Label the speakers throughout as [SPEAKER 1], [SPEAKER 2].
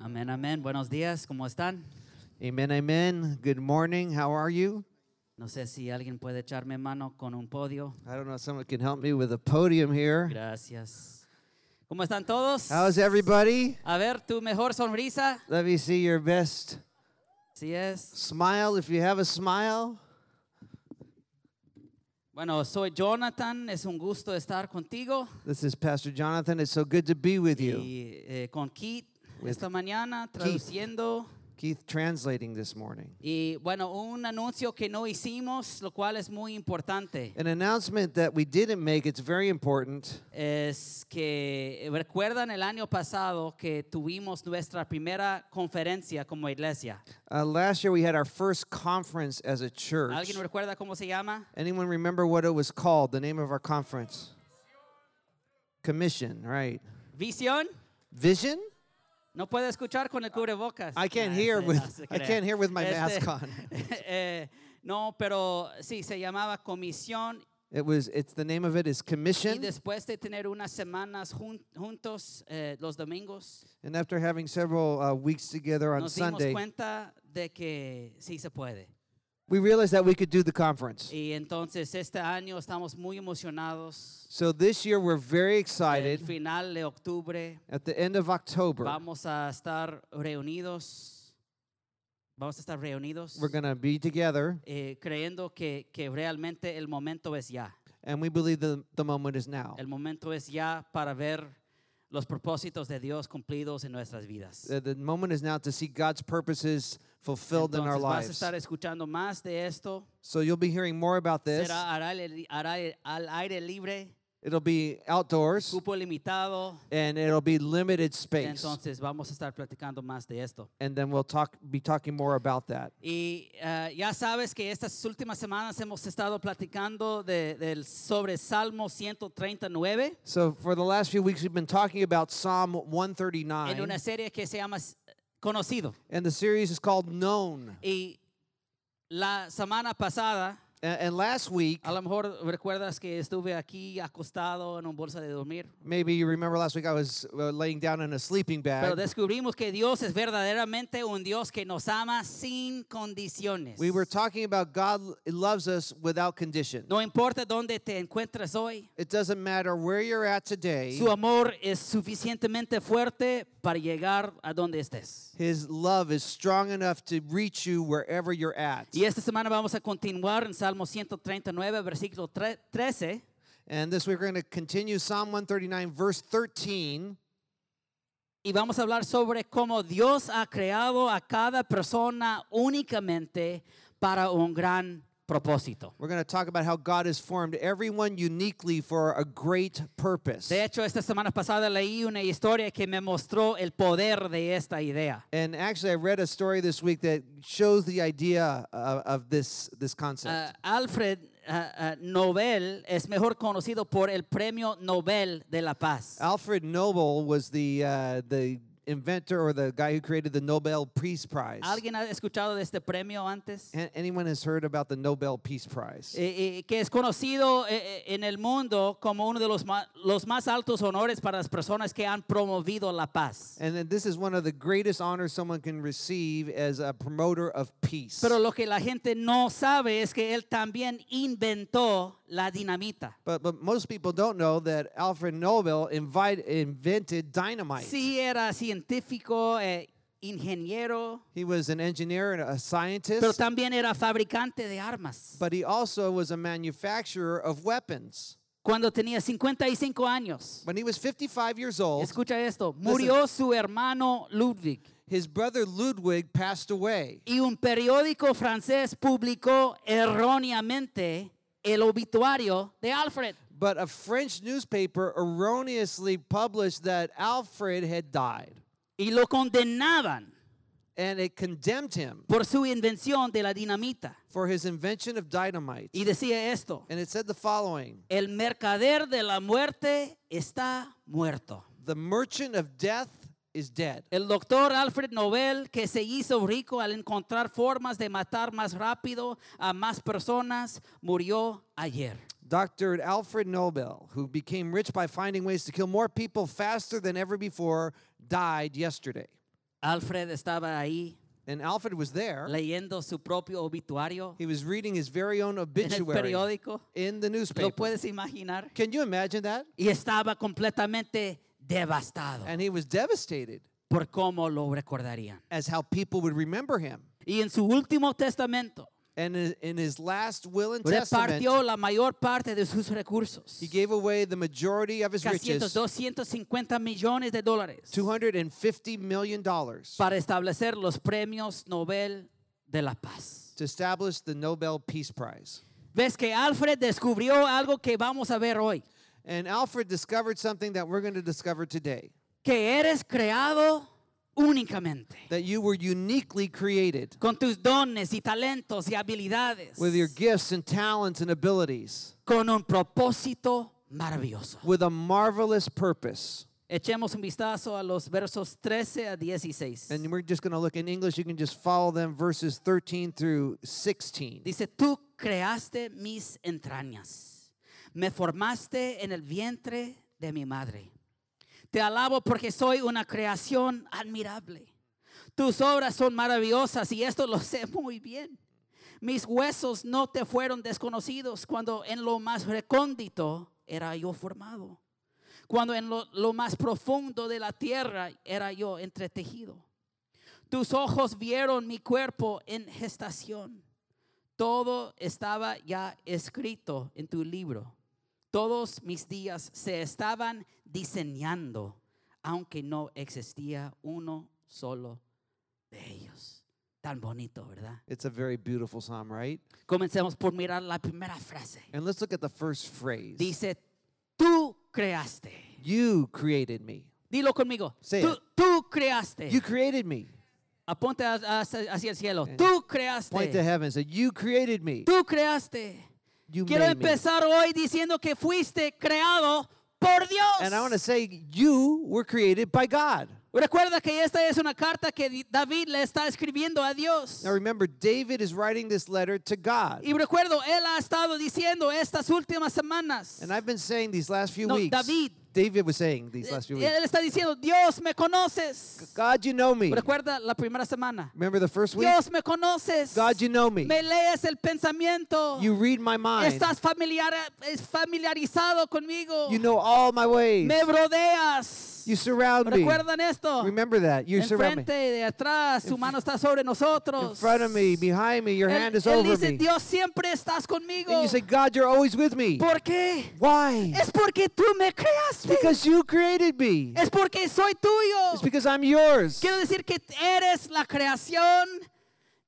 [SPEAKER 1] Amén, amén. Buenos días, ¿cómo están?
[SPEAKER 2] Amen, amen. Good morning. How are you?
[SPEAKER 1] No sé si alguien puede echarme mano con un podio.
[SPEAKER 2] I don't know if someone can help me with a podium here.
[SPEAKER 1] Gracias. ¿Cómo están todos?
[SPEAKER 2] How's everybody?
[SPEAKER 1] A ver, tu mejor sonrisa.
[SPEAKER 2] Let me see your best
[SPEAKER 1] Así es.
[SPEAKER 2] smile if you have a smile.
[SPEAKER 1] Bueno, soy Jonathan. Es un gusto estar contigo
[SPEAKER 2] This is Pastor Jonathan. It's so good to be with you.
[SPEAKER 1] y eh, con Keith esta mañana traduciendo.
[SPEAKER 2] Keith translating this morning.
[SPEAKER 1] Y bueno, un anuncio que no hicimos, lo cual es muy importante.
[SPEAKER 2] An announcement that we didn't make, it's very important.
[SPEAKER 1] Es que recuerdan el año pasado que tuvimos nuestra primera conferencia como iglesia.
[SPEAKER 2] Uh, last year we had our first conference as a church.
[SPEAKER 1] ¿Alguien recuerda cómo se llama?
[SPEAKER 2] Anyone remember what it was called? The name of our conference? Commission, right.
[SPEAKER 1] Visión.
[SPEAKER 2] Vision?
[SPEAKER 1] No puede escuchar con el cubrebocas.
[SPEAKER 2] I can't
[SPEAKER 1] Nah,
[SPEAKER 2] hear
[SPEAKER 1] este,
[SPEAKER 2] with
[SPEAKER 1] no se
[SPEAKER 2] I
[SPEAKER 1] crea.
[SPEAKER 2] can't hear with my
[SPEAKER 1] Este,
[SPEAKER 2] mask on.
[SPEAKER 1] eh, no, pero sí, se llamaba comisión.
[SPEAKER 2] It was it's the name of it is
[SPEAKER 1] Y
[SPEAKER 2] commission.
[SPEAKER 1] después de tener unas semanas jun- juntos eh, los domingos,
[SPEAKER 2] And after having several uh, weeks together on
[SPEAKER 1] nos dimos
[SPEAKER 2] Sunday,
[SPEAKER 1] cuenta de que sí se puede.
[SPEAKER 2] we realized that we could do the conference.
[SPEAKER 1] Y entonces este año estamos muy emocionados.
[SPEAKER 2] So this year we're very
[SPEAKER 1] El
[SPEAKER 2] excited.
[SPEAKER 1] final de octubre
[SPEAKER 2] At the end of October,
[SPEAKER 1] vamos a estar reunidos. Vamos a estar reunidos.
[SPEAKER 2] we're going to be together
[SPEAKER 1] eh, creyendo que, que realmente el momento es ya.
[SPEAKER 2] and we believe the, the moment is now.
[SPEAKER 1] El momento es ya para ver los propósitos de Dios cumplidos en nuestras vidas.
[SPEAKER 2] The, the moment is now to see God's purposes fulfilled in our
[SPEAKER 1] Entonces vas a
[SPEAKER 2] lives.
[SPEAKER 1] estar escuchando más de esto.
[SPEAKER 2] So you'll be hearing more about this.
[SPEAKER 1] Será al aire, al aire- al aire libre,
[SPEAKER 2] It'll be outdoors
[SPEAKER 1] cupo limitado.
[SPEAKER 2] and it'll be limited space.
[SPEAKER 1] Entonces vamos a estar platicando más de esto.
[SPEAKER 2] And then we'll talk be talking more about that.
[SPEAKER 1] Y eh, ya sabes que estas últimas semanas hemos estado platicando de- del sobre Salmo 139
[SPEAKER 2] So for the last few weeks, we've been talking about Psalm
[SPEAKER 1] en una
[SPEAKER 2] 139,
[SPEAKER 1] serie que se llama S- Conocido.
[SPEAKER 2] and the series is called Known.
[SPEAKER 1] Y la semana pasada,
[SPEAKER 2] A- And last week,
[SPEAKER 1] a lo mejor recuerdas que estuve aquí acostado en un bolsa de dormir,
[SPEAKER 2] maybe you remember last week, I was uh, laying down in a sleeping
[SPEAKER 1] pero
[SPEAKER 2] bag.
[SPEAKER 1] descubrimos que Dios es verdaderamente un Dios que nos ama sin condiciones.
[SPEAKER 2] We were talking about God l- loves us without condition.
[SPEAKER 1] No importa dónde te encuentres hoy,
[SPEAKER 2] It doesn't matter where you're at today,
[SPEAKER 1] su amor es suficientemente fuerte para llegar a donde estés.
[SPEAKER 2] His love is strong enough to reach you wherever you're at.
[SPEAKER 1] Y esta semana vamos a continuar en Salmo 139, versículo tre- 13.
[SPEAKER 2] And this week, we're going to continue Psalm 139, verse 13.
[SPEAKER 1] Y vamos a hablar sobre cómo Dios ha creado a cada persona únicamente para un gran propósito.
[SPEAKER 2] We're going to talk about how God has formed everyone uniquely for a great purpose.
[SPEAKER 1] De hecho, esta semana pasada leí una historia que me mostró el poder de esta idea.
[SPEAKER 2] And actually, I read a story this week that shows the idea of, of this this concept.
[SPEAKER 1] Ah, Alfred ah, ah, Nobel es mejor conocido por el Premio Nobel de la Paz.
[SPEAKER 2] Alfred Nobel was the uh, the inventor or the guy who created the Nobel Peace Prize.
[SPEAKER 1] ¿Alguien ha escuchado de este premio antes?
[SPEAKER 2] An- anyone has heard about the Nobel Peace Prize?
[SPEAKER 1] Eh, eh, que es conocido eh, eh, en el mundo como uno de los ma- los más altos honores para las personas que han promovido la paz.
[SPEAKER 2] and then this is one of the greatest honors someone can receive as a promoter of peace.
[SPEAKER 1] Pero lo que la gente no sabe es que él también inventó la dinamita.
[SPEAKER 2] but, but most people don't know that Alfred Nobel invite, invented dynamite.
[SPEAKER 1] Sí, era científico, eh, ingeniero,
[SPEAKER 2] He was an engineer and a scientist,
[SPEAKER 1] pero también era fabricante de armas.
[SPEAKER 2] but he also was a manufacturer of weapons.
[SPEAKER 1] Cuando tenía 55 años,
[SPEAKER 2] When he was 55 years old,
[SPEAKER 1] escucha esto, murió su hermano Ludwig.
[SPEAKER 2] his brother Ludwig passed away.
[SPEAKER 1] Y un periódico francés publicó erróneamente el obituario de Alfred.
[SPEAKER 2] But a French newspaper erroneously published that Alfred had died,
[SPEAKER 1] Y lo condenaban
[SPEAKER 2] and it condemned him
[SPEAKER 1] por su invención de la dinamita.
[SPEAKER 2] for his invention of dynamite.
[SPEAKER 1] Y decía esto.
[SPEAKER 2] And it said the following
[SPEAKER 1] El mercader de la muerte está muerto.
[SPEAKER 2] The merchant of death is dead.
[SPEAKER 1] El doctor Alfred Nobel, que se hizo rico al encontrar formas de matar más rápido a más personas, murió ayer.
[SPEAKER 2] Dr. Alfred Nobel, who became rich by finding ways to kill more people faster than ever before, died yesterday.
[SPEAKER 1] Alfred estaba ahí
[SPEAKER 2] And Alfred was there.
[SPEAKER 1] leyendo su propio obituario
[SPEAKER 2] He was reading his very
[SPEAKER 1] en
[SPEAKER 2] own
[SPEAKER 1] el
[SPEAKER 2] obituary
[SPEAKER 1] periódico.
[SPEAKER 2] in the
[SPEAKER 1] ¿Lo
[SPEAKER 2] newspaper.
[SPEAKER 1] puedes imaginar?
[SPEAKER 2] Can you imagine that?
[SPEAKER 1] Y estaba completamente devastado
[SPEAKER 2] And he was devastated
[SPEAKER 1] por cómo lo recordarían.
[SPEAKER 2] as how people would remember him.
[SPEAKER 1] Y en su último testamento,
[SPEAKER 2] And in in his last will and testament,
[SPEAKER 1] repartió la mayor parte de sus recursos.
[SPEAKER 2] he gave away the majority of his
[SPEAKER 1] Casi
[SPEAKER 2] riches,
[SPEAKER 1] 250 millones de dólares
[SPEAKER 2] $250 million, to
[SPEAKER 1] para establecer los premios Nobel de la Paz.
[SPEAKER 2] establish the Nobel Peace Prize.
[SPEAKER 1] Ves que Alfred descubrió algo que vamos a ver hoy,
[SPEAKER 2] And Alfred discovered something that we're going to discover today
[SPEAKER 1] que eres creado únicamente
[SPEAKER 2] that you were uniquely created
[SPEAKER 1] con tus dones y talentos y habilidades,
[SPEAKER 2] with your gifts and talents and abilities
[SPEAKER 1] con un propósito maravilloso.
[SPEAKER 2] with a marvelous purpose.
[SPEAKER 1] Echemos un vistazo a los versos 13 a 16.
[SPEAKER 2] And we're just going to look in English. You can just follow them verses 13 through 16.
[SPEAKER 1] Dice, tú creaste mis entrañas, me formaste en el vientre de mi madre. Te alabo porque soy una creación admirable. Tus obras son maravillosas y esto lo sé muy bien. Mis huesos no te fueron desconocidos cuando en lo más recóndito era yo formado, cuando en lo, lo más profundo de la tierra era yo entretejido. Tus ojos vieron mi cuerpo en gestación. Todo estaba ya escrito en tu libro. Todos mis días se estaban diseñando, aunque no existía uno solo de ellos. Tan bonito, ¿verdad?
[SPEAKER 2] It's a very beautiful psalm, right?
[SPEAKER 1] Comencemos por mirar la primera frase.
[SPEAKER 2] And let's look at the first phrase.
[SPEAKER 1] Dice, tú creaste.
[SPEAKER 2] You created me.
[SPEAKER 1] Dilo conmigo.
[SPEAKER 2] Say
[SPEAKER 1] Tú,
[SPEAKER 2] it.
[SPEAKER 1] tú creaste.
[SPEAKER 2] You created me.
[SPEAKER 1] Apunte a- hacia hacia el cielo. Tú
[SPEAKER 2] Point to
[SPEAKER 1] creaste.
[SPEAKER 2] heaven. Say, You created me.
[SPEAKER 1] Tú creaste.
[SPEAKER 2] You
[SPEAKER 1] Quiero
[SPEAKER 2] made me.
[SPEAKER 1] empezar hoy diciendo que fuiste creado por Dios.
[SPEAKER 2] And I want to say, You were created by God.
[SPEAKER 1] Recuerda que esta es una carta que Di- David le está escribiendo a Dios.
[SPEAKER 2] Now remember, David is writing this letter to God.
[SPEAKER 1] Y recuerdo, él ha estado diciendo estas últimas semanas.
[SPEAKER 2] And I've been saying these last few
[SPEAKER 1] No,
[SPEAKER 2] weeks.
[SPEAKER 1] David.
[SPEAKER 2] David was saying these last few weeks.
[SPEAKER 1] Eh, Él está diciendo, Dios, me conoces.
[SPEAKER 2] God, you know me.
[SPEAKER 1] Recuerda la primera semana.
[SPEAKER 2] Remember the first week?
[SPEAKER 1] Dios, me conoces.
[SPEAKER 2] God, you know me.
[SPEAKER 1] Me lees el pensamiento.
[SPEAKER 2] You read my mind.
[SPEAKER 1] Estás familiar- es familiarizado conmigo.
[SPEAKER 2] You know all my ways.
[SPEAKER 1] Me rodeas.
[SPEAKER 2] You surround me.
[SPEAKER 1] ¿Recuerdan esto?
[SPEAKER 2] Remember that. You surround
[SPEAKER 1] Enfrente,
[SPEAKER 2] me.
[SPEAKER 1] de atrás, su mano está sobre nosotros.
[SPEAKER 2] In front of me, behind me, your
[SPEAKER 1] Él-
[SPEAKER 2] hand is
[SPEAKER 1] él
[SPEAKER 2] over
[SPEAKER 1] dice,
[SPEAKER 2] me.
[SPEAKER 1] Dios siempre estás conmigo.
[SPEAKER 2] And you say, God, you're always with me.
[SPEAKER 1] ¿Por qué?
[SPEAKER 2] Why?
[SPEAKER 1] Es porque tú me creaste.
[SPEAKER 2] Because you created me.
[SPEAKER 1] Es porque soy tuyo.
[SPEAKER 2] It's because I'm yours.
[SPEAKER 1] Quiero decir que eres la creación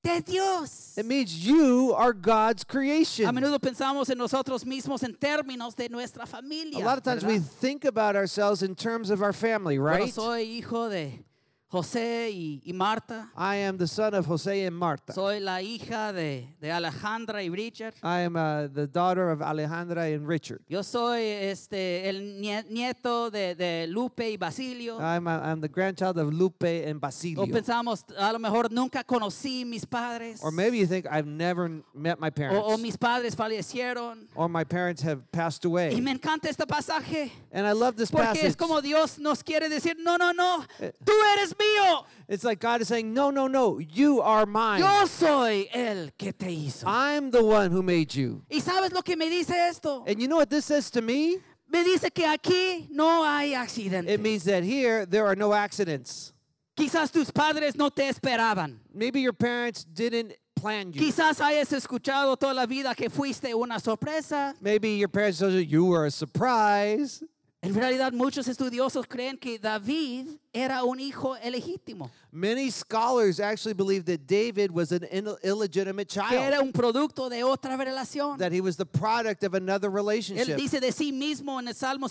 [SPEAKER 1] de Dios.
[SPEAKER 2] It means you are God's
[SPEAKER 1] A
[SPEAKER 2] creation.
[SPEAKER 1] menudo pensamos en nosotros mismos en términos de nuestra
[SPEAKER 2] A
[SPEAKER 1] familia.
[SPEAKER 2] lot of times we
[SPEAKER 1] ¿verdad?
[SPEAKER 2] think about ourselves in terms of our family,
[SPEAKER 1] Bueno,
[SPEAKER 2] right?
[SPEAKER 1] soy hijo de José y, y Marta.
[SPEAKER 2] I am the son of Jose and Marta.
[SPEAKER 1] Soy la hija de, de Alejandra y Richard.
[SPEAKER 2] I am uh, the daughter of Alejandra and Richard.
[SPEAKER 1] Yo soy este, el nie- nieto de, de Lupe y Basilio.
[SPEAKER 2] I'm, uh, I'm the grandchild of Lupe and
[SPEAKER 1] O
[SPEAKER 2] Basilio.
[SPEAKER 1] pensamos, a lo mejor nunca conocí mis padres.
[SPEAKER 2] Or maybe you think I've never n- met my
[SPEAKER 1] o, o
[SPEAKER 2] parents.
[SPEAKER 1] mis padres fallecieron.
[SPEAKER 2] Or my parents have passed
[SPEAKER 1] Y
[SPEAKER 2] away.
[SPEAKER 1] me encanta este pasaje.
[SPEAKER 2] And I love this
[SPEAKER 1] Porque
[SPEAKER 2] passage.
[SPEAKER 1] es como Dios nos quiere decir, no, no, no,
[SPEAKER 2] Eh.
[SPEAKER 1] tú eres mío.
[SPEAKER 2] It's like God is saying, No, no, no, you are mine.
[SPEAKER 1] Yo soy el que te hizo.
[SPEAKER 2] I'm the one who made you.
[SPEAKER 1] Y sabes lo que me dice esto?
[SPEAKER 2] And you know what this says to me?
[SPEAKER 1] Me dice que aquí no hay accidente.
[SPEAKER 2] It means that here there are no accidents.
[SPEAKER 1] Quizás tus padres no te esperaban.
[SPEAKER 2] Maybe your parents didn't plan you.
[SPEAKER 1] Quizás hayas escuchado toda la vida que fuiste una sorpresa.
[SPEAKER 2] Maybe your parents told you you were a surprise.
[SPEAKER 1] En realidad muchos estudiosos creen que David era un hijo ilegítimo,
[SPEAKER 2] Many scholars actually believe that David was an Ill- illegitimate
[SPEAKER 1] que
[SPEAKER 2] child,
[SPEAKER 1] era un producto de otra relación.
[SPEAKER 2] that he was the product of another
[SPEAKER 1] Él
[SPEAKER 2] relationship.
[SPEAKER 1] dice de sí mismo en el Salmo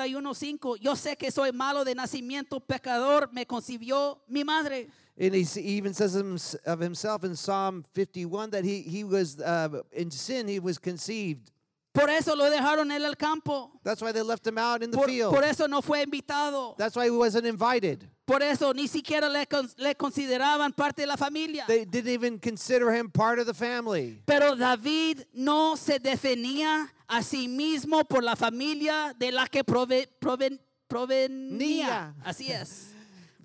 [SPEAKER 1] 51.5, yo sé que soy malo de nacimiento, pecador, me concibió mi madre.
[SPEAKER 2] And he s- he even says hims- of himself in Psalm 51 that he, he was, uh, in sin, he was conceived.
[SPEAKER 1] Por eso lo dejaron en el campo.
[SPEAKER 2] That's why they left him out in the
[SPEAKER 1] Por,
[SPEAKER 2] field.
[SPEAKER 1] por eso no fue invitado.
[SPEAKER 2] That's why he wasn't invited.
[SPEAKER 1] Por eso ni siquiera le, con- le consideraban parte de la familia.
[SPEAKER 2] They didn't even consider him part of the family.
[SPEAKER 1] Pero David no se definía a sí mismo por la familia de la que prove- proven- provenía.
[SPEAKER 2] Nia.
[SPEAKER 1] Así es.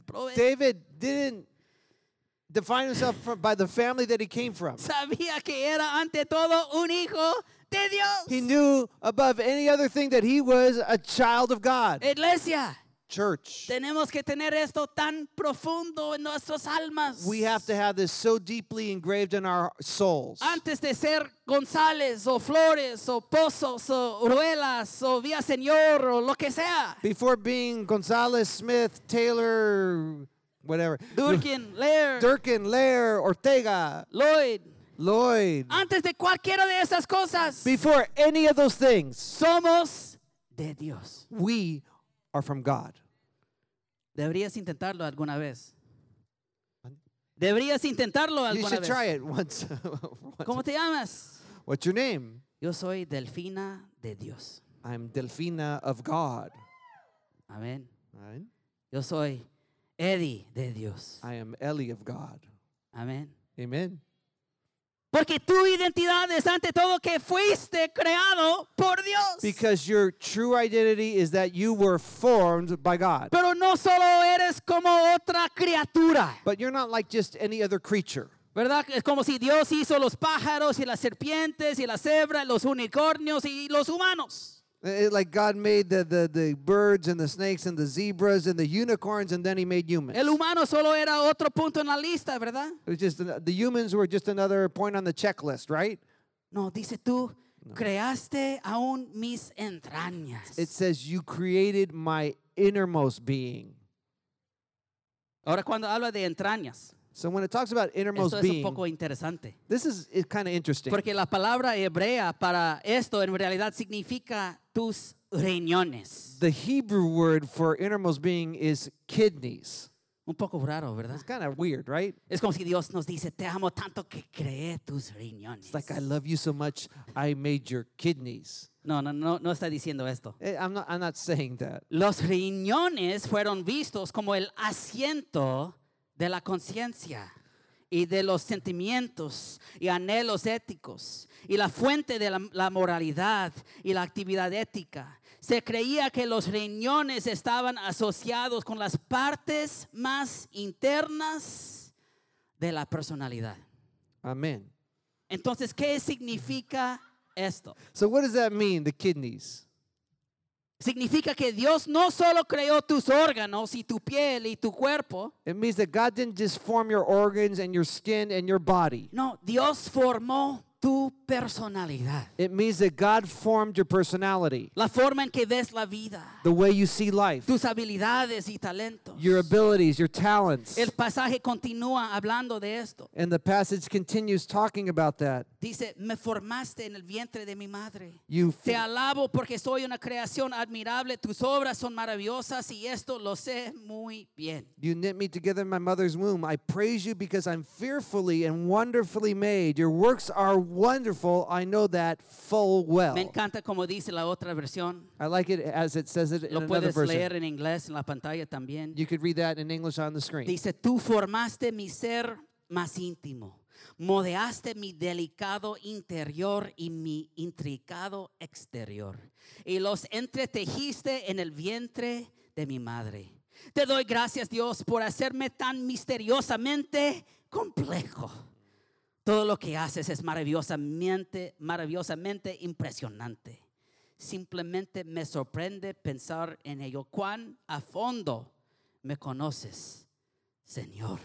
[SPEAKER 1] proveedor.
[SPEAKER 2] David didn't define himself fro- by the family that he came from.
[SPEAKER 1] Sabía que era ante todo un hijo de
[SPEAKER 2] He
[SPEAKER 1] Dios.
[SPEAKER 2] knew above any other thing that he was a child of God.
[SPEAKER 1] Iglesia,
[SPEAKER 2] Church.
[SPEAKER 1] tenemos que tener esto tan profundo en nuestras almas.
[SPEAKER 2] We have to have this so deeply engraved in our souls.
[SPEAKER 1] Antes de ser González o Flores o Pozos o Ruelas o Villaseñor o lo que sea.
[SPEAKER 2] Before being Gonzalez, Smith, Taylor, whatever,
[SPEAKER 1] Durkin, Lair,
[SPEAKER 2] Durkin, Lair, Ortega,
[SPEAKER 1] Lloyd.
[SPEAKER 2] Lloyd,
[SPEAKER 1] Antes de cualquiera de esas cosas,
[SPEAKER 2] before any of those things,
[SPEAKER 1] somos de Dios.
[SPEAKER 2] we are from God.
[SPEAKER 1] Deberías intentarlo alguna vez. Deberías intentarlo
[SPEAKER 2] You
[SPEAKER 1] alguna
[SPEAKER 2] should try
[SPEAKER 1] vez.
[SPEAKER 2] it once.
[SPEAKER 1] ¿Cómo te llamas?
[SPEAKER 2] What's your name?
[SPEAKER 1] Yo soy Delfina de Dios.
[SPEAKER 2] I'm Delfina of God.
[SPEAKER 1] Amén.
[SPEAKER 2] Right?
[SPEAKER 1] Yo soy Eddie de Dios.
[SPEAKER 2] I am Ellie of God.
[SPEAKER 1] Amén.
[SPEAKER 2] Amen.
[SPEAKER 1] Porque tu identidad es ante todo que fuiste creado por Dios.
[SPEAKER 2] Because your true identity is that you were formed by God.
[SPEAKER 1] Pero no solo eres como otra criatura,
[SPEAKER 2] But you're not like just any other creature.
[SPEAKER 1] ¿verdad? Es como si Dios hizo los pájaros y las serpientes y las cebras, los unicornios y los humanos.
[SPEAKER 2] Eh, like God made the, the, the birds and the snakes and the zebras and the unicorns, and then He made humans.
[SPEAKER 1] El humano solo era otro punto en la lista, ¿verdad?
[SPEAKER 2] It was just an- the humans were just another point on the checklist, right?
[SPEAKER 1] No, dice tú, creaste aún mis entrañas.
[SPEAKER 2] It says, "You created my innermost being."
[SPEAKER 1] Ahora cuando habla de entrañas,
[SPEAKER 2] So when it talks about innermost
[SPEAKER 1] esto es un
[SPEAKER 2] being,
[SPEAKER 1] poco interesante.
[SPEAKER 2] this is kind of interesting
[SPEAKER 1] Porque la palabra hebrea para esto en realidad significa tus riñones.
[SPEAKER 2] the Hebrew word for innermost being is kidneys.
[SPEAKER 1] Un poco raro, ¿verdad?
[SPEAKER 2] It's kind of weird, right?
[SPEAKER 1] Es como si Dios nos dice, te amo tanto que creé tus riñones.
[SPEAKER 2] It's like I love you so much, I made your kidneys.
[SPEAKER 1] No, no, no, no está diciendo esto.
[SPEAKER 2] Eh, I'm not. I'm not saying that.
[SPEAKER 1] Los riñones fueron vistos como el asiento de la conciencia y de los sentimientos y anhelos éticos y la fuente de la, la moralidad y la actividad ética. Se creía que los riñones estaban asociados con las partes más internas de la personalidad.
[SPEAKER 2] Amen.
[SPEAKER 1] Entonces, ¿qué significa esto?
[SPEAKER 2] So what does that mean? The kidneys.
[SPEAKER 1] Significa que Dios no solo creó tus órganos y tu piel y tu cuerpo,
[SPEAKER 2] It means that God didn't just form your organs and your skin and your body.
[SPEAKER 1] no, Dios formó tu personalidad,
[SPEAKER 2] It means that God formed your personality,
[SPEAKER 1] la forma en que ves la vida,
[SPEAKER 2] the way you see life,
[SPEAKER 1] tus habilidades y talentos.
[SPEAKER 2] your abilities, your talents.
[SPEAKER 1] El pasaje continúa hablando de esto.
[SPEAKER 2] And the passage continues talking about that.
[SPEAKER 1] Dice, me formaste en el vientre de mi madre.
[SPEAKER 2] You f-
[SPEAKER 1] Te alabo porque soy una creación admirable, tus obras son maravillosas y esto lo sé muy bien.
[SPEAKER 2] you knit me together in my mother's womb. I praise you because I'm fearfully and wonderfully made. Your works are wonderful. I know that full well.
[SPEAKER 1] Me encanta como dice la otra versión.
[SPEAKER 2] I like it as it says it in
[SPEAKER 1] Lo
[SPEAKER 2] another
[SPEAKER 1] puedes
[SPEAKER 2] version.
[SPEAKER 1] leer en inglés en la pantalla también.
[SPEAKER 2] You could read that in English on the screen.
[SPEAKER 1] Dice, tú formaste mi ser más íntimo, modeaste mi delicado interior y mi intricado exterior, y los entretejiste en el vientre de mi madre. Te doy gracias, Dios, por hacerme tan misteriosamente complejo. Todo lo que haces es maravillosamente, maravillosamente impresionante. Simplemente me sorprende pensar en ello. Cuán a fondo me conoces, Señor.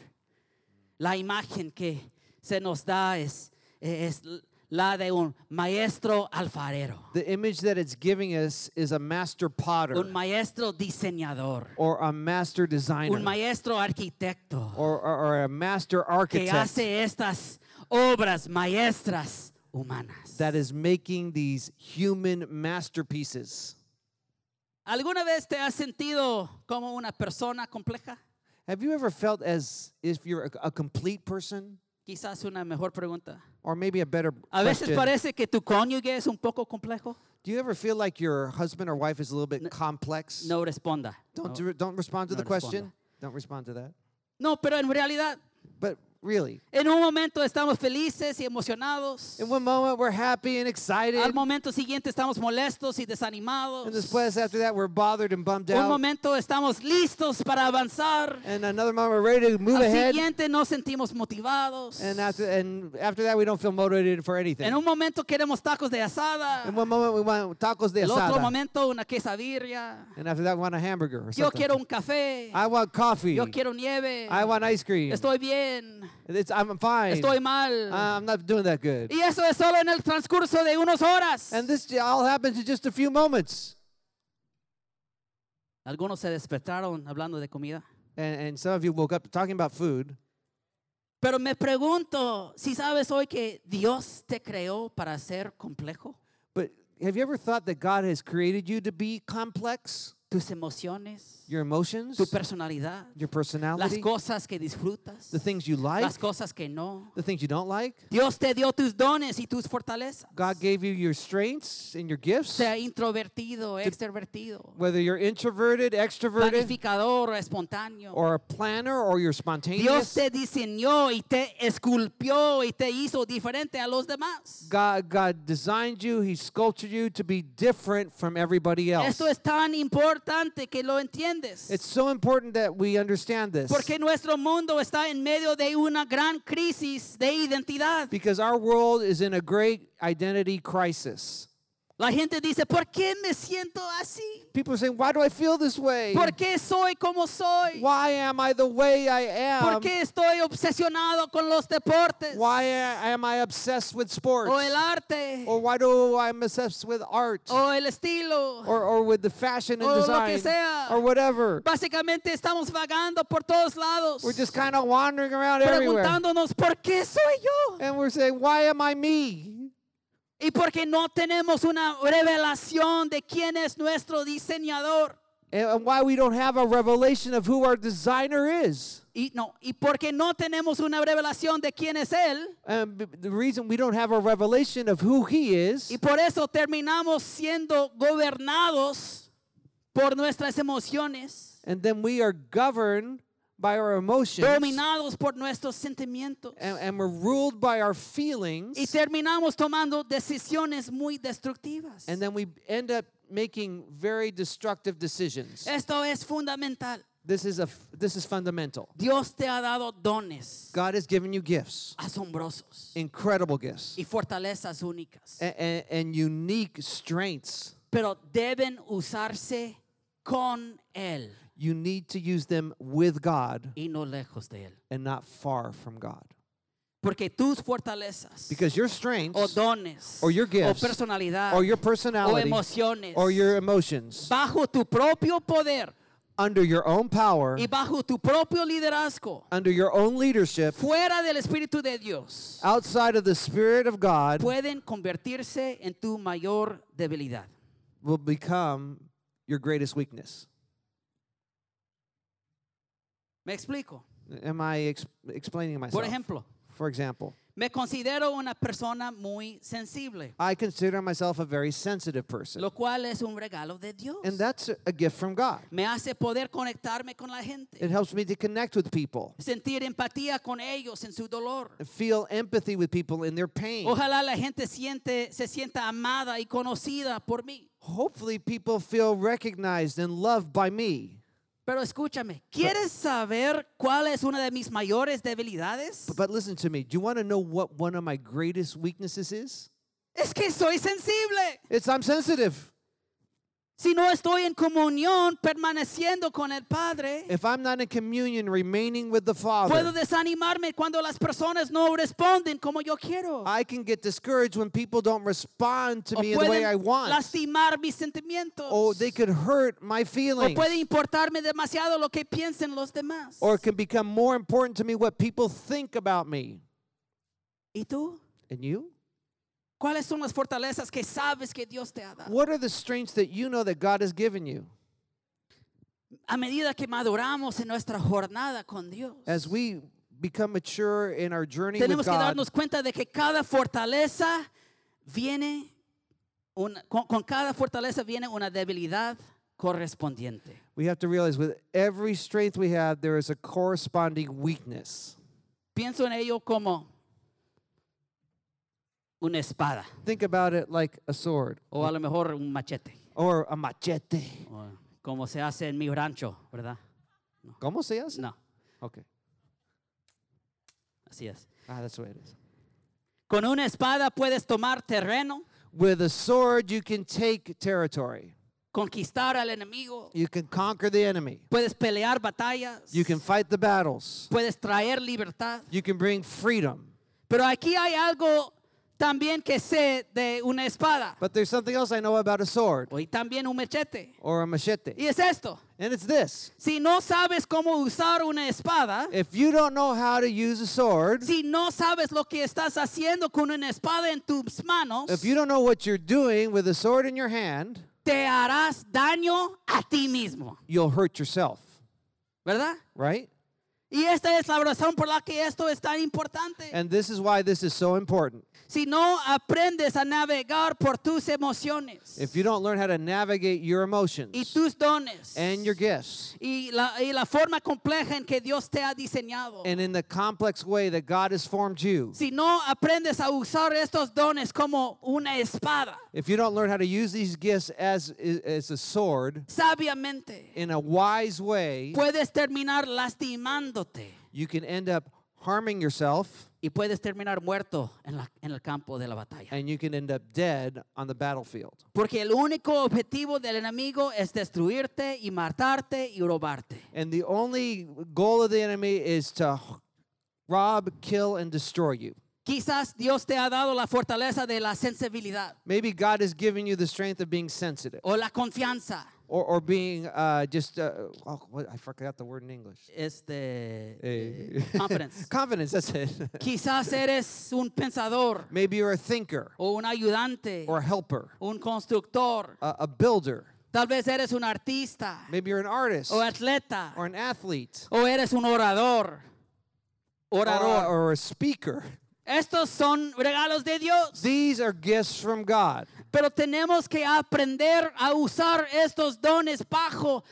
[SPEAKER 1] La imagen que se nos da es, es la de un maestro alfarero,
[SPEAKER 2] The image that it's giving us is a master potter.
[SPEAKER 1] un maestro diseñador,
[SPEAKER 2] or a master designer
[SPEAKER 1] un maestro arquitecto
[SPEAKER 2] or, or, or a master
[SPEAKER 1] que
[SPEAKER 2] architect
[SPEAKER 1] hace estas obras maestras humanas.
[SPEAKER 2] that is making these human masterpieces.
[SPEAKER 1] ¿Alguna vez te has sentido como una persona compleja?
[SPEAKER 2] Have you ever felt as if you're a, a complete person?
[SPEAKER 1] Quizás una mejor pregunta.
[SPEAKER 2] Or maybe a better
[SPEAKER 1] A veces
[SPEAKER 2] question,
[SPEAKER 1] parece que tu cónyuge es un poco complejo.
[SPEAKER 2] do you ever feel like your husband or wife is a little bit complex?
[SPEAKER 1] No responda.
[SPEAKER 2] Don't,
[SPEAKER 1] No.
[SPEAKER 2] do- don't respond to
[SPEAKER 1] no
[SPEAKER 2] the question.
[SPEAKER 1] responda.
[SPEAKER 2] Don't respond to that.
[SPEAKER 1] no, pero en realidad
[SPEAKER 2] But really.
[SPEAKER 1] En un momento estamos felices y emocionados.
[SPEAKER 2] In one moment, we're happy and excited.
[SPEAKER 1] Al momento siguiente estamos molestos y
[SPEAKER 2] And
[SPEAKER 1] desanimados.
[SPEAKER 2] después, after that, we're bothered and bummed
[SPEAKER 1] Un
[SPEAKER 2] out.
[SPEAKER 1] momento estamos listos para avanzar.
[SPEAKER 2] And another moment, we're ready to move
[SPEAKER 1] Al
[SPEAKER 2] ahead.
[SPEAKER 1] siguiente no sentimos motivados.
[SPEAKER 2] And after, and after that, we don't feel motivated for anything.
[SPEAKER 1] En un momento queremos tacos de asada.
[SPEAKER 2] In one moment, we want tacos de
[SPEAKER 1] El otro
[SPEAKER 2] asada.
[SPEAKER 1] momento una quesadilla.
[SPEAKER 2] And after that, we want a hamburger or
[SPEAKER 1] Yo
[SPEAKER 2] something.
[SPEAKER 1] quiero un café.
[SPEAKER 2] I want coffee.
[SPEAKER 1] Yo quiero nieve.
[SPEAKER 2] I want ice cream.
[SPEAKER 1] Estoy bien.
[SPEAKER 2] It's, I'm fine.
[SPEAKER 1] Estoy mal.
[SPEAKER 2] I'm not doing that good.
[SPEAKER 1] y eso es solo en el transcurso de unas horas.
[SPEAKER 2] And this j- all happens in just a few moments.
[SPEAKER 1] Algunos se despertaron hablando de comida.
[SPEAKER 2] And, and some of you woke up talking about food.
[SPEAKER 1] Pero me pregunto si sabes hoy que Dios te creó para ser complejo.
[SPEAKER 2] But have you ever thought that God has created you to be complex?
[SPEAKER 1] Tus emociones,
[SPEAKER 2] Your emotions,
[SPEAKER 1] tu personalidad,
[SPEAKER 2] your
[SPEAKER 1] las
[SPEAKER 2] personality,
[SPEAKER 1] cosas que disfrutas,
[SPEAKER 2] the things you like,
[SPEAKER 1] las cosas que no.
[SPEAKER 2] the things you don't like.
[SPEAKER 1] Dios te dio tus dones y tus fortalezas.
[SPEAKER 2] God gave you your strengths and your gifts,
[SPEAKER 1] sea introvertido, extrovertido,
[SPEAKER 2] whether you're introverted, extroverted,
[SPEAKER 1] planificador o espontáneo.
[SPEAKER 2] or a planner, or you're
[SPEAKER 1] Dios
[SPEAKER 2] spontaneous.
[SPEAKER 1] te diseñó y te esculpió y te hizo diferente a los demás.
[SPEAKER 2] God, God designed you, He sculpted you to be different from everybody else.
[SPEAKER 1] Esto es tan importante que lo entiendes.
[SPEAKER 2] It's so important that we understand this.
[SPEAKER 1] Porque nuestro mundo está en medio de una gran crisis de identidad.
[SPEAKER 2] Because our world is in a great identity crisis.
[SPEAKER 1] La gente dice, ¿por qué me siento así?
[SPEAKER 2] People are saying, Why do I feel this way?
[SPEAKER 1] ¿Por qué soy como soy?
[SPEAKER 2] Why am I the way I am?
[SPEAKER 1] ¿Por qué estoy obsesionado con los deportes
[SPEAKER 2] Why a- am I obsessed with sports?
[SPEAKER 1] o el arte
[SPEAKER 2] Or why do I'm obsessed with art?
[SPEAKER 1] o el estilo?
[SPEAKER 2] Or, or with the fashion and
[SPEAKER 1] O lo que
[SPEAKER 2] design?
[SPEAKER 1] sea.
[SPEAKER 2] Or whatever.
[SPEAKER 1] Básicamente estamos vagando por todos lados,
[SPEAKER 2] We're just kind of wandering around everywhere. Eh.
[SPEAKER 1] preguntándonos por qué soy yo
[SPEAKER 2] And we're saying, Why am I me?
[SPEAKER 1] y por qué no tenemos una revelación de quién es nuestro diseñador
[SPEAKER 2] And, and why we don't have a revelation of who our designer is.
[SPEAKER 1] y no y por qué no tenemos una revelación de quién es él
[SPEAKER 2] And b- the reason we don't have a revelation of who he is
[SPEAKER 1] y por eso terminamos siendo gobernados por nuestras emociones,
[SPEAKER 2] and then we are governed by our emotions and,
[SPEAKER 1] dominados por nuestros sentimientos
[SPEAKER 2] and we're ruled by our feelings
[SPEAKER 1] y terminamos tomando decisiones muy destructivas.
[SPEAKER 2] and then we end up making very destructive decisions
[SPEAKER 1] Esto es fundamental.
[SPEAKER 2] this is a f- this is fundamental
[SPEAKER 1] Dios te ha dado dones
[SPEAKER 2] god has given you gifts
[SPEAKER 1] asombrosos
[SPEAKER 2] incredible gifts
[SPEAKER 1] y fortalezas únicas,
[SPEAKER 2] and, and, and unique strengths
[SPEAKER 1] pero deben usarse con Él
[SPEAKER 2] you need to use them with god
[SPEAKER 1] y no lejos de Él.
[SPEAKER 2] and not far from god
[SPEAKER 1] Porque tus fortalezas
[SPEAKER 2] because your
[SPEAKER 1] o
[SPEAKER 2] strengths
[SPEAKER 1] dones
[SPEAKER 2] or your
[SPEAKER 1] o
[SPEAKER 2] gifts,
[SPEAKER 1] personalidad
[SPEAKER 2] or your
[SPEAKER 1] o
[SPEAKER 2] personality
[SPEAKER 1] emociones
[SPEAKER 2] or your emotions
[SPEAKER 1] bajo tu propio poder
[SPEAKER 2] under your own power
[SPEAKER 1] y bajo tu propio liderazgo,
[SPEAKER 2] under your own leadership
[SPEAKER 1] fuera del Espíritu de Dios,
[SPEAKER 2] outside of the Spirit of God
[SPEAKER 1] pueden convertirse en tu mayor debilidad.
[SPEAKER 2] will become your greatest weakness.
[SPEAKER 1] ¿Me explico?
[SPEAKER 2] Am I ex- explaining myself?
[SPEAKER 1] Por ejemplo,
[SPEAKER 2] For example,
[SPEAKER 1] me considero una persona muy sensible.
[SPEAKER 2] I consider myself a very sensitive person,
[SPEAKER 1] lo cual es un regalo de Dios.
[SPEAKER 2] and that's a- a gift from God.
[SPEAKER 1] Me hace poder conectarme con la gente,
[SPEAKER 2] It helps me to connect with people,
[SPEAKER 1] sentir empatía con ellos en su dolor.
[SPEAKER 2] feel empathy with people in their pain.
[SPEAKER 1] Ojalá la gente siente, se sienta amada y conocida por mí.
[SPEAKER 2] Hopefully, people feel recognized and loved by me.
[SPEAKER 1] Pero escúchame, ¿quieres saber cuál es una de mis mayores debilidades?
[SPEAKER 2] But, but listen to me. Do you want to know what one of my greatest weaknesses is?
[SPEAKER 1] Es que soy sensible.
[SPEAKER 2] It's I'm sensitive.
[SPEAKER 1] Si no estoy en comunión permaneciendo con el Padre,
[SPEAKER 2] If I'm not in communion, remaining with the Father,
[SPEAKER 1] puedo desanimarme cuando las personas no responden como yo quiero.
[SPEAKER 2] I can get discouraged when people don't respond to
[SPEAKER 1] O
[SPEAKER 2] me in the way
[SPEAKER 1] pueden
[SPEAKER 2] I want.
[SPEAKER 1] lastimar mis sentimientos.
[SPEAKER 2] Or they could hurt my
[SPEAKER 1] O
[SPEAKER 2] feelings.
[SPEAKER 1] puede importarme demasiado lo que piensen los demás.
[SPEAKER 2] Or it can become more important to me what people think about me.
[SPEAKER 1] ¿Y tú?
[SPEAKER 2] And you?
[SPEAKER 1] ¿Cuáles son las fortalezas que sabes que Dios te ha dado?
[SPEAKER 2] What are the strengths that you know that God has given you?
[SPEAKER 1] A medida que maduramos en nuestra jornada con Dios,
[SPEAKER 2] As we become mature in our journey
[SPEAKER 1] tenemos
[SPEAKER 2] with
[SPEAKER 1] que
[SPEAKER 2] God,
[SPEAKER 1] darnos cuenta de que cada fortaleza viene, una- con, con cada fortaleza viene una debilidad correspondiente.
[SPEAKER 2] we have to realize with every strength we have, there is a corresponding weakness.
[SPEAKER 1] Pienso en ello como una espada
[SPEAKER 2] Think about it like a sword
[SPEAKER 1] o a lo mejor un machete,
[SPEAKER 2] or a machete.
[SPEAKER 1] o como se hace en mi rancho, ¿verdad?
[SPEAKER 2] ¿Cómo se hace?
[SPEAKER 1] No,
[SPEAKER 2] Okay.
[SPEAKER 1] así es.
[SPEAKER 2] Ah, that's the way it is.
[SPEAKER 1] Con una espada puedes tomar terreno,
[SPEAKER 2] With a sword, you can take territory.
[SPEAKER 1] conquistar al enemigo,
[SPEAKER 2] You can conquer the enemy.
[SPEAKER 1] puedes pelear batallas,
[SPEAKER 2] You can fight the battles.
[SPEAKER 1] puedes traer libertad.
[SPEAKER 2] You can bring freedom.
[SPEAKER 1] Pero aquí hay algo también que sé de una espada
[SPEAKER 2] But there's something else I know about a sword
[SPEAKER 1] y también un machete.
[SPEAKER 2] or a machete,
[SPEAKER 1] Y es esto.
[SPEAKER 2] and it's this.
[SPEAKER 1] Si no sabes cómo usar una espada,
[SPEAKER 2] If you don't know how to use a sword,
[SPEAKER 1] si no sabes lo que estás haciendo con una espada en tus manos,
[SPEAKER 2] if you don't know what you're doing with a sword in your hand,
[SPEAKER 1] te harás daño a ti mismo,
[SPEAKER 2] you'll hurt yourself,
[SPEAKER 1] ¿verdad?
[SPEAKER 2] right?
[SPEAKER 1] Y esta es la razón por la que esto es tan importante.
[SPEAKER 2] And this is why this is so important.
[SPEAKER 1] si no aprendes a navegar por tus emociones
[SPEAKER 2] If you don't learn how to navigate your
[SPEAKER 1] y
[SPEAKER 2] emotions
[SPEAKER 1] tus dones
[SPEAKER 2] and your gifts,
[SPEAKER 1] y, la, y la forma compleja en que Dios te ha diseñado,
[SPEAKER 2] and in the complex way that God has formed you,
[SPEAKER 1] si no aprendes a usar estos dones como una espada
[SPEAKER 2] if you don't learn how to use these gifts as, as a sword
[SPEAKER 1] sabiamente,
[SPEAKER 2] in a wise way,
[SPEAKER 1] puedes terminar lastimándote
[SPEAKER 2] you can end up harming yourself
[SPEAKER 1] y puedes terminar muerto en, la- en el campo de la batalla.
[SPEAKER 2] and you can end up dead on the battlefield.
[SPEAKER 1] Porque el único objetivo del enemigo es destruirte y matarte y robarte.
[SPEAKER 2] And the only goal of the enemy is to h- rob, kill, and destroy you.
[SPEAKER 1] Quizás Dios te ha dado la fortaleza de la sensibilidad
[SPEAKER 2] Maybe God has given you the strength of being sensitive
[SPEAKER 1] o la confianza.
[SPEAKER 2] or, or being uh, just, uh, oh, what, I forgot the word in English.
[SPEAKER 1] Este,
[SPEAKER 2] Eh,
[SPEAKER 1] eh, confidence.
[SPEAKER 2] Confidence, that's it.
[SPEAKER 1] Quizás eres un pensador
[SPEAKER 2] Maybe you're a thinker
[SPEAKER 1] o un ayudante,
[SPEAKER 2] or a helper,
[SPEAKER 1] un constructor.
[SPEAKER 2] a, a builder.
[SPEAKER 1] Tal vez eres un artista
[SPEAKER 2] Maybe you're an artist
[SPEAKER 1] o atleta
[SPEAKER 2] or an athlete
[SPEAKER 1] o eres un orador.
[SPEAKER 2] or,
[SPEAKER 1] Orador.
[SPEAKER 2] or a speaker.
[SPEAKER 1] Estos son regalos de Dios,
[SPEAKER 2] These are gifts from God.
[SPEAKER 1] pero tenemos que aprender a usar estos dones bajo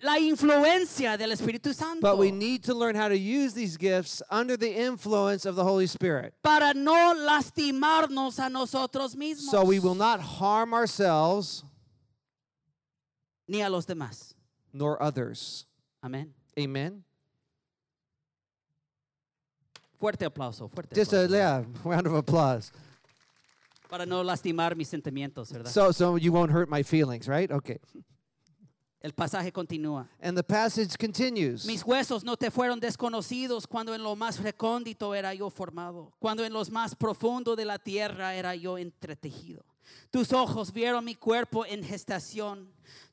[SPEAKER 1] la influencia del Espíritu Santo
[SPEAKER 2] But we need to learn how to use these gifts under the influence of the Holy Spirit.
[SPEAKER 1] para no lastimarnos a nosotros mismos
[SPEAKER 2] So we will not harm ourselves
[SPEAKER 1] ni a los demás.
[SPEAKER 2] nor others.
[SPEAKER 1] Amén.
[SPEAKER 2] Amen.
[SPEAKER 1] Fuerte aplauso, fuerte
[SPEAKER 2] Just a
[SPEAKER 1] aplauso.
[SPEAKER 2] yeah, round of applause.
[SPEAKER 1] Para no lastimar mis sentimientos, ¿verdad?
[SPEAKER 2] So so you won't hurt my feelings, right? Okay.
[SPEAKER 1] El pasaje continúa.
[SPEAKER 2] And the passage continues.
[SPEAKER 1] Mis huesos no te fueron desconocidos cuando en lo más recóndito era yo formado, cuando en los más profundo de la tierra era yo entretejido. Tus ojos vieron mi cuerpo en gestación.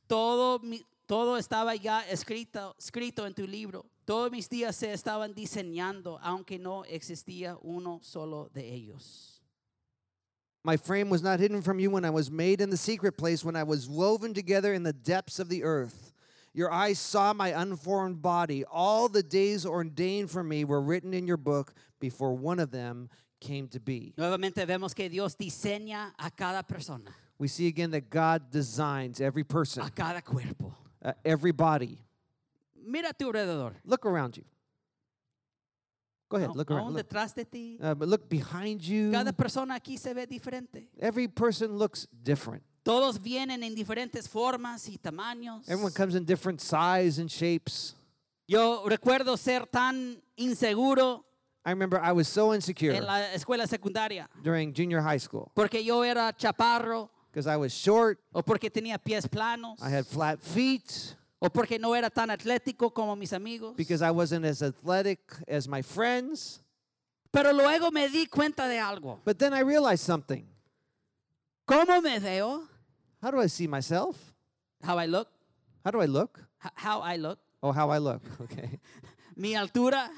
[SPEAKER 1] Todo, mi- todo estaba ya escrito, escrito en tu libro. Todos mis días se estaban diseñando, aunque no existía uno solo de ellos.
[SPEAKER 2] My frame was not hidden from you when I was made in the secret place, when I was woven together in the depths of the earth. Your eyes saw my unformed body. All the days ordained for me were written in your book before one of them came to be.
[SPEAKER 1] Nuevamente vemos que Dios diseña a cada persona,
[SPEAKER 2] We see again that God designs every person,
[SPEAKER 1] a cada cuerpo.
[SPEAKER 2] uh, every body.
[SPEAKER 1] Mira a tu alrededor.
[SPEAKER 2] Look around you. Go ahead,
[SPEAKER 1] Aún-
[SPEAKER 2] look around.
[SPEAKER 1] aún
[SPEAKER 2] Look.
[SPEAKER 1] detrás de ti.
[SPEAKER 2] Uh, but look behind you.
[SPEAKER 1] Cada persona aquí se ve diferente.
[SPEAKER 2] Every person looks different.
[SPEAKER 1] Todos vienen en diferentes formas y tamaños.
[SPEAKER 2] Everyone comes in different size and shapes.
[SPEAKER 1] Yo recuerdo ser tan inseguro
[SPEAKER 2] I remember I was so insecure
[SPEAKER 1] en la escuela secundaria
[SPEAKER 2] during junior high school
[SPEAKER 1] porque yo era chaparro
[SPEAKER 2] because I was short,
[SPEAKER 1] o porque tenía pies planos
[SPEAKER 2] I had flat feet,
[SPEAKER 1] o porque no era tan atlético como mis amigos.
[SPEAKER 2] because I wasn't as athletic as my friends.
[SPEAKER 1] Pero luego me di cuenta de algo.
[SPEAKER 2] But then I realized something.
[SPEAKER 1] ¿Cómo me veo?
[SPEAKER 2] How do I see myself?
[SPEAKER 1] How I look.
[SPEAKER 2] How do I look?
[SPEAKER 1] H- How I look.
[SPEAKER 2] Oh, how I look. Okay.
[SPEAKER 1] Mi altura,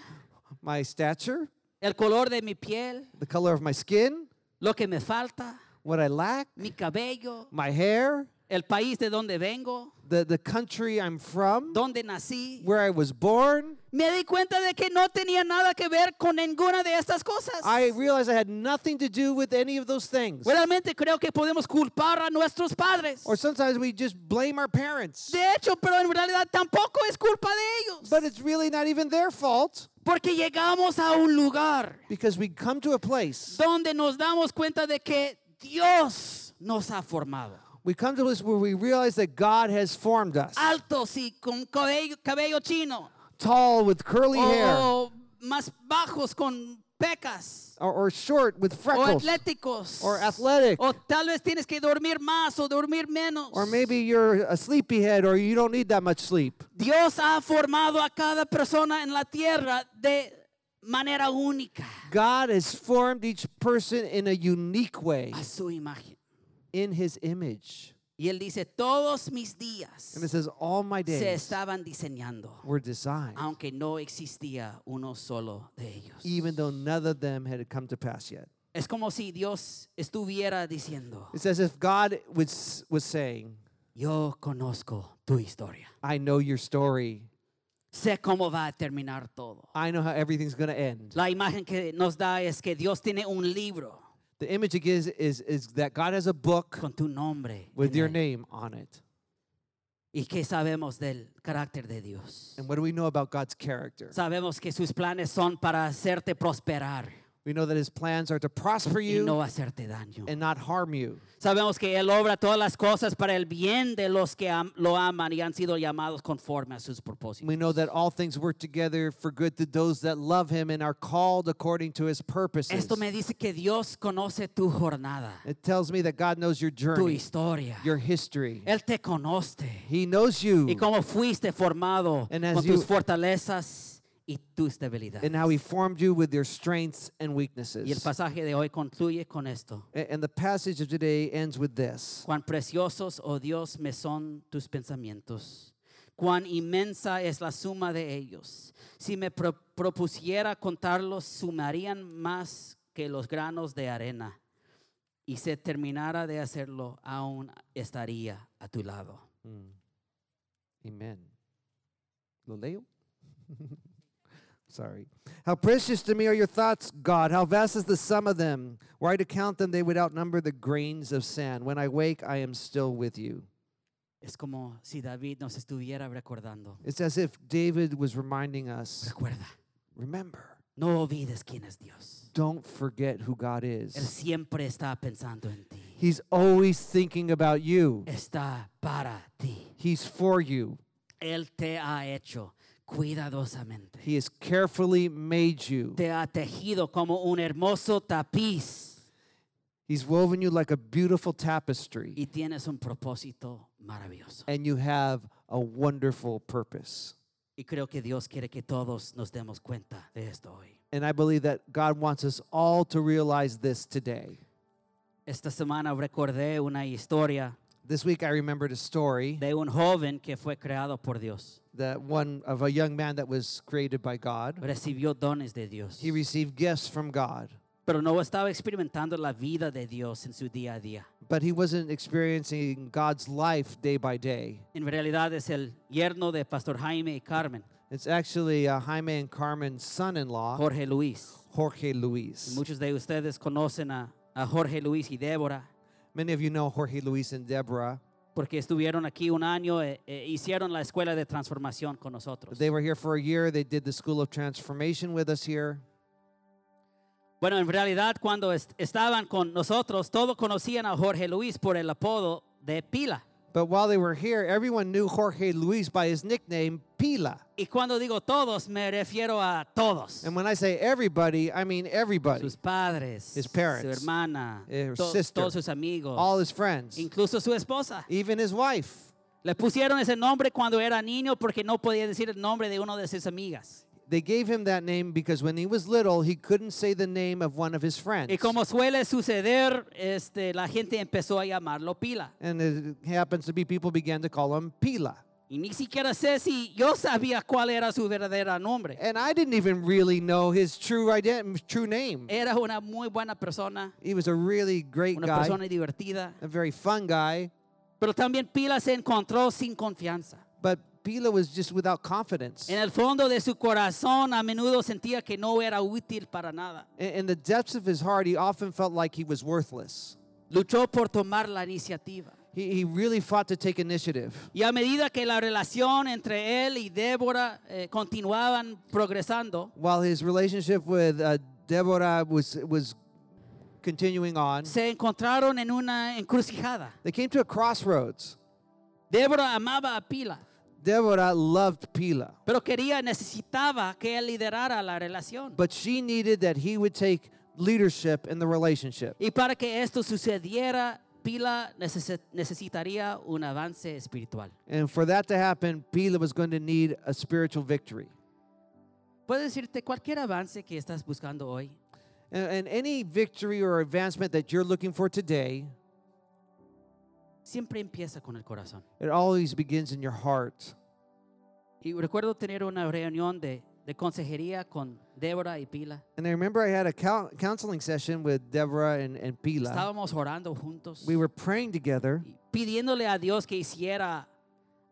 [SPEAKER 2] My stature,
[SPEAKER 1] el color de mi piel,
[SPEAKER 2] the color of my skin,
[SPEAKER 1] lo que me falta,
[SPEAKER 2] what I lack,
[SPEAKER 1] mi cabello,
[SPEAKER 2] my hair,
[SPEAKER 1] el país de donde vengo,
[SPEAKER 2] the, the country I'm from,
[SPEAKER 1] donde nací.
[SPEAKER 2] where I was born.
[SPEAKER 1] Me di cuenta de que no tenía nada que ver con ninguna de estas cosas.
[SPEAKER 2] I realized I had nothing to do with any of those things.
[SPEAKER 1] Realmente creo que podemos culpar a nuestros padres.
[SPEAKER 2] Or sometimes we just blame our parents.
[SPEAKER 1] De hecho, pero en realidad tampoco es culpa de ellos.
[SPEAKER 2] But it's really not even their fault.
[SPEAKER 1] Porque llegamos a un lugar
[SPEAKER 2] because we come to a place,
[SPEAKER 1] donde nos damos cuenta de que Dios nos ha formado.
[SPEAKER 2] we come to a place where we realize that God has formed us.
[SPEAKER 1] Altos y con cabello, cabello chino.
[SPEAKER 2] Tall with curly
[SPEAKER 1] Oh.
[SPEAKER 2] hair,
[SPEAKER 1] O más bajos con pecas.
[SPEAKER 2] or, or short with
[SPEAKER 1] O
[SPEAKER 2] freckles,
[SPEAKER 1] atléticos.
[SPEAKER 2] Or athletic.
[SPEAKER 1] O tal vez tienes que dormir más o dormir menos.
[SPEAKER 2] or maybe you're a sleepyhead or you don't need that much sleep.
[SPEAKER 1] Dios ha formado a cada persona en la tierra de manera única.
[SPEAKER 2] God has formed each person in a unique way,
[SPEAKER 1] A su imagen.
[SPEAKER 2] in His image.
[SPEAKER 1] Y él dice, todos mis días
[SPEAKER 2] And it says, All my
[SPEAKER 1] se
[SPEAKER 2] days
[SPEAKER 1] estaban diseñando,
[SPEAKER 2] were designed,
[SPEAKER 1] aunque no existía uno solo de ellos.
[SPEAKER 2] even though none of them had come to pass yet.
[SPEAKER 1] Es como si Dios estuviera diciendo,
[SPEAKER 2] It's as if God was, was saying,
[SPEAKER 1] yo conozco tu historia.
[SPEAKER 2] I know your story.
[SPEAKER 1] Sé cómo va a terminar todo.
[SPEAKER 2] I know how everything's going to end.
[SPEAKER 1] La imagen que nos da es que Dios tiene un libro
[SPEAKER 2] The image it gives is, is that God has a book
[SPEAKER 1] con tu nombre
[SPEAKER 2] with
[SPEAKER 1] en
[SPEAKER 2] your
[SPEAKER 1] él.
[SPEAKER 2] name on it.
[SPEAKER 1] y que sabemos del carácter de Dios.
[SPEAKER 2] And what do we know about God's character?
[SPEAKER 1] Sabemos que sus planes son para hacerte prosperar
[SPEAKER 2] We know that his plans are to prosper
[SPEAKER 1] y
[SPEAKER 2] you
[SPEAKER 1] no hacerte daño.
[SPEAKER 2] and not harm you.
[SPEAKER 1] Sabemos que Él obra todas las cosas para el bien de los que am- lo aman y han sido llamados conforme a sus propósitos.
[SPEAKER 2] We know that all things work together for good to those that love him and are called according to his purposes.
[SPEAKER 1] Esto me dice que Dios conoce tu jornada,
[SPEAKER 2] It tells me that God knows your
[SPEAKER 1] tu
[SPEAKER 2] journey,
[SPEAKER 1] historia.
[SPEAKER 2] your history.
[SPEAKER 1] Él te conoce
[SPEAKER 2] He knows you
[SPEAKER 1] y cómo fuiste formado
[SPEAKER 2] And as
[SPEAKER 1] con
[SPEAKER 2] you-
[SPEAKER 1] tus fortalezas y tus debilidades.
[SPEAKER 2] and how he formed you with your strengths and
[SPEAKER 1] Y el
[SPEAKER 2] weaknesses.
[SPEAKER 1] pasaje de hoy concluye con esto.
[SPEAKER 2] A- And the passage of today ends with this
[SPEAKER 1] Cuán preciosos, oh Dios, me son tus pensamientos. Cuán inmensa es la suma de ellos. Si me pro- propusiera contarlos, sumarían más que los granos de arena. Y si terminara de hacerlo, aún estaría a tu lado.
[SPEAKER 2] Mm. Amen. Lo leo? Sorry. How precious to me are your thoughts, God. How vast is the sum of them. Were I to count them, they would outnumber the grains of sand. When I wake, I am still with you.
[SPEAKER 1] Es como si David nos estuviera recordando.
[SPEAKER 2] It's as if David was reminding us
[SPEAKER 1] Recuerda,
[SPEAKER 2] remember,
[SPEAKER 1] no olvides quién es Dios.
[SPEAKER 2] don't forget who God
[SPEAKER 1] Él
[SPEAKER 2] is.
[SPEAKER 1] siempre está pensando en ti.
[SPEAKER 2] He's always thinking about you,
[SPEAKER 1] Está para ti.
[SPEAKER 2] He's for you.
[SPEAKER 1] Él te ha hecho cuidadosamente.
[SPEAKER 2] He has carefully made you,
[SPEAKER 1] Te ha tejido como un hermoso tapiz
[SPEAKER 2] He's woven you like a beautiful tapestry.
[SPEAKER 1] y tienes un propósito maravilloso.
[SPEAKER 2] and you have a wonderful purpose.
[SPEAKER 1] Y creo que Dios quiere que todos nos demos cuenta de esto hoy.
[SPEAKER 2] And I believe that God wants us all to realize this today.
[SPEAKER 1] Esta semana recordé una historia
[SPEAKER 2] This week I remembered a story
[SPEAKER 1] de un joven que fue creado por Dios.
[SPEAKER 2] that one of a young man that was created by God.
[SPEAKER 1] Recibió dones de Dios,
[SPEAKER 2] He received gifts from God,
[SPEAKER 1] pero no estaba experimentando la vida de Dios en su día a día.
[SPEAKER 2] but he wasn't experiencing God's life day by day.
[SPEAKER 1] En realidad es el yerno de Pastor Jaime y Carmen,
[SPEAKER 2] It's actually uh, Jaime and Carmen's son-in-law,
[SPEAKER 1] Jorge Luis.
[SPEAKER 2] Jorge
[SPEAKER 1] Y
[SPEAKER 2] Luis.
[SPEAKER 1] Muchos de ustedes conocen a, a Jorge Luis y Débora
[SPEAKER 2] Many of you know Jorge Luis and Deborah.
[SPEAKER 1] porque estuvieron aquí un año, e hicieron la escuela de transformación con nosotros.
[SPEAKER 2] They were here for a year. They did the School of Transformation with us here.
[SPEAKER 1] bueno, en realidad cuando est- estaban con nosotros, todos conocían a Jorge Luis por el apodo de Pila.
[SPEAKER 2] But while they were here, everyone knew Jorge Luis by his nickname Pila.
[SPEAKER 1] Y cuando digo todos, me refiero a todos.
[SPEAKER 2] And when I say everybody, I mean everybody,
[SPEAKER 1] Sus padres,
[SPEAKER 2] His parents, eh,
[SPEAKER 1] su hermana,
[SPEAKER 2] her
[SPEAKER 1] to-
[SPEAKER 2] sister,
[SPEAKER 1] todos sus amigos,
[SPEAKER 2] all his friends,
[SPEAKER 1] incluso su esposa.
[SPEAKER 2] even his wife.
[SPEAKER 1] Le pusieron ese nombre cuando era niño porque no podía decir el nombre de uno de sus amigas.
[SPEAKER 2] They gave him that name because when he was little, he couldn't say the name of one of his friends.
[SPEAKER 1] Y como suele suceder, este, la gente empezó a llamarlo Pila.
[SPEAKER 2] And it happens to be people began to call him Pila.
[SPEAKER 1] Y ni siquiera sé si yo sabía cuál era su verdadero nombre.
[SPEAKER 2] And I didn't even really know his true ident- true name.
[SPEAKER 1] Era una muy buena persona,
[SPEAKER 2] He was a really great
[SPEAKER 1] Eh. una
[SPEAKER 2] guy,
[SPEAKER 1] persona divertida.
[SPEAKER 2] a very fun guy,
[SPEAKER 1] Pero también Pila se encontró sin confianza.
[SPEAKER 2] but Pila was just without confidence.
[SPEAKER 1] En el fondo de su corazón a menudo sentía que no era útil para nada.
[SPEAKER 2] In, in the depths of his heart, he often felt like he was worthless.
[SPEAKER 1] Luchó por tomar la iniciativa.
[SPEAKER 2] He, he really fought to take initiative.
[SPEAKER 1] Y a medida que la relación entre él y Débora eh, continuaban progresando,
[SPEAKER 2] While his relationship with uh, Deborah was, was continuing on,
[SPEAKER 1] se encontraron en una encrucijada.
[SPEAKER 2] they came to a crossroads.
[SPEAKER 1] Débora amaba a Pila,
[SPEAKER 2] Deborah loved Pila,
[SPEAKER 1] pero quería, necesitaba que él liderara la relación.
[SPEAKER 2] but she needed that he would take leadership in the relationship.
[SPEAKER 1] Y para que esto sucediera, Pila necesi- necesitaría un avance espiritual.
[SPEAKER 2] And for that to happen, Pila was going to need a spiritual victory.
[SPEAKER 1] Puedo decirte cualquier avance que estás buscando hoy,
[SPEAKER 2] And, and any victory or advancement that you're looking for today,
[SPEAKER 1] siempre empieza con el corazón.
[SPEAKER 2] it always begins in your heart.
[SPEAKER 1] Y recuerdo tener una reunión de, de consejería con Débora y Pila.
[SPEAKER 2] And I remember I had a coun counseling session with Deborah and, and Pila.
[SPEAKER 1] Estábamos orando juntos,
[SPEAKER 2] We were praying together
[SPEAKER 1] y pidiéndole a Dios que hiciera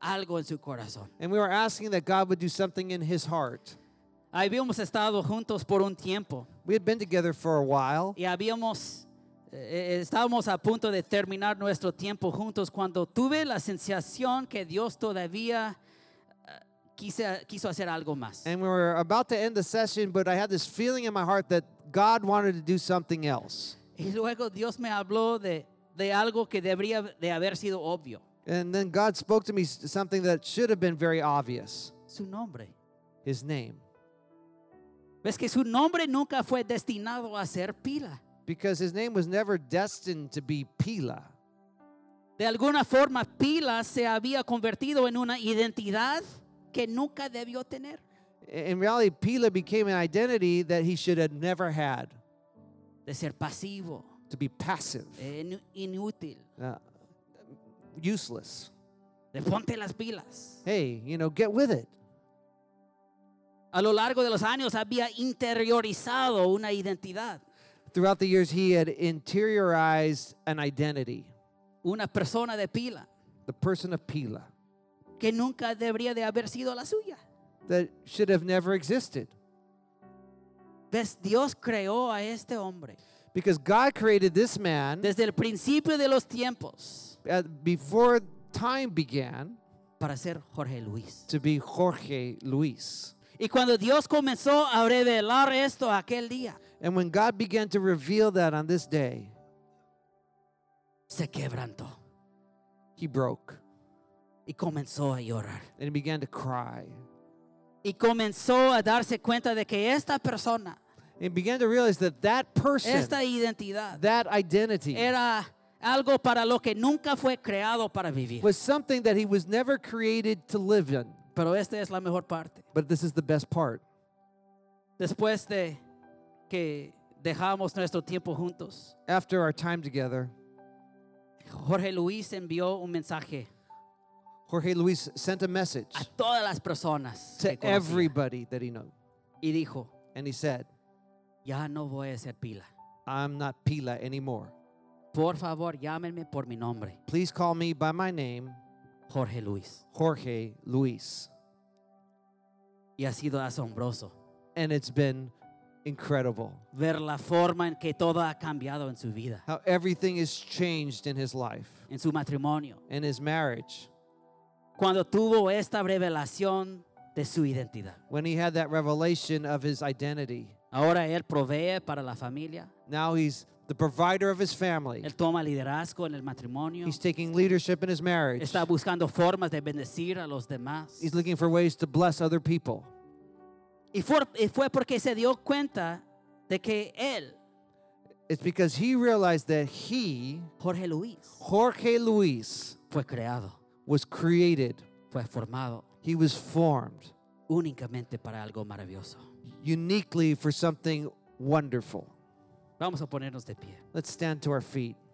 [SPEAKER 1] algo en su corazón.
[SPEAKER 2] and we were asking that God would do something in his heart.
[SPEAKER 1] Habíamos estado juntos por un tiempo
[SPEAKER 2] We had been together for a while
[SPEAKER 1] y habíamos, eh, eh, estábamos a punto de terminar nuestro tiempo juntos cuando tuve la sensación que Dios todavía eh, quise- quiso hacer algo más.
[SPEAKER 2] and we were about to end the session, but I had this feeling in my heart that God wanted to do something else.
[SPEAKER 1] Y luego Dios me habló de, de algo que debería de haber sido obvio,
[SPEAKER 2] And then God spoke to me s- something that should have been very obvious
[SPEAKER 1] su nombre.
[SPEAKER 2] his name.
[SPEAKER 1] Ves que su nombre nunca fue destinado a ser pila.
[SPEAKER 2] Because his name was never destined to be Pila.
[SPEAKER 1] De alguna forma, pila se había convertido en una identidad que nunca debió tener.
[SPEAKER 2] I- In reality, Pila became an identity that he should have never had
[SPEAKER 1] De ser pasivo,
[SPEAKER 2] to be passive,
[SPEAKER 1] eh, inu- inútil,
[SPEAKER 2] uh, useless.
[SPEAKER 1] de ponte las pilas.
[SPEAKER 2] Hey, you know, get with it.
[SPEAKER 1] A lo largo de los años había interiorizado una identidad,
[SPEAKER 2] Throughout the years, he had interiorized an identity,
[SPEAKER 1] una persona de pila
[SPEAKER 2] the person of Pila,
[SPEAKER 1] que nunca debería de haber sido la suya.
[SPEAKER 2] that should have never existed.
[SPEAKER 1] Ves, Dios creó a este hombre
[SPEAKER 2] Because God created this man
[SPEAKER 1] desde el principio de los tiempos
[SPEAKER 2] at, before time began
[SPEAKER 1] para ser Jorge Luis.
[SPEAKER 2] to be Jorge Luis.
[SPEAKER 1] Y cuando Dios comenzó a revelar esto aquel día,
[SPEAKER 2] And when God began to reveal that on this day,
[SPEAKER 1] se quebrantó
[SPEAKER 2] he broke.
[SPEAKER 1] y comenzó a llorar.
[SPEAKER 2] and he began to cry.
[SPEAKER 1] Y comenzó a darse cuenta de que esta persona,
[SPEAKER 2] And began to realize that that person,
[SPEAKER 1] esta identidad,
[SPEAKER 2] that identity,
[SPEAKER 1] era algo para lo que nunca fue creado para vivir.
[SPEAKER 2] was something that he was never created to live in.
[SPEAKER 1] Pero esta es la mejor parte.
[SPEAKER 2] But this is the best part.
[SPEAKER 1] Después de que dejamos nuestro tiempo juntos,
[SPEAKER 2] After our time together,
[SPEAKER 1] Jorge Luis envió un mensaje
[SPEAKER 2] Jorge Luis sent a message
[SPEAKER 1] a todas las personas que
[SPEAKER 2] to
[SPEAKER 1] conocía
[SPEAKER 2] everybody that he knew.
[SPEAKER 1] y dijo,
[SPEAKER 2] And he said,
[SPEAKER 1] ya no voy a ser pila.
[SPEAKER 2] I'm not Pila anymore.
[SPEAKER 1] Por favor, llámenme por mi nombre,
[SPEAKER 2] Please call me by my name,
[SPEAKER 1] Jorge Luis.
[SPEAKER 2] Jorge Luis.
[SPEAKER 1] Y ha sido asombroso
[SPEAKER 2] And it's been incredible
[SPEAKER 1] ver la forma en que todo ha cambiado en su vida,
[SPEAKER 2] how everything has changed in his life,
[SPEAKER 1] en su matrimonio,
[SPEAKER 2] in his marriage,
[SPEAKER 1] cuando tuvo esta revelación de su identidad.
[SPEAKER 2] when he had that revelation of his identity.
[SPEAKER 1] Ahora él provee para la familia,
[SPEAKER 2] Now he's the provider of his family.
[SPEAKER 1] él toma liderazgo en el matrimonio,
[SPEAKER 2] He's taking leadership in his marriage.
[SPEAKER 1] está buscando formas de bendecir a los demás.
[SPEAKER 2] He's looking for ways to bless other people.
[SPEAKER 1] Y fue, y fue porque se dio cuenta de que él,
[SPEAKER 2] It's because he realized that he,
[SPEAKER 1] Jorge Luis,
[SPEAKER 2] Jorge Luis,
[SPEAKER 1] fue creado,
[SPEAKER 2] was created,
[SPEAKER 1] fue formado
[SPEAKER 2] he was formed
[SPEAKER 1] únicamente para algo maravilloso.
[SPEAKER 2] uniquely for something wonderful.
[SPEAKER 1] Vamos a ponernos de pie.
[SPEAKER 2] Let's stand to our feet.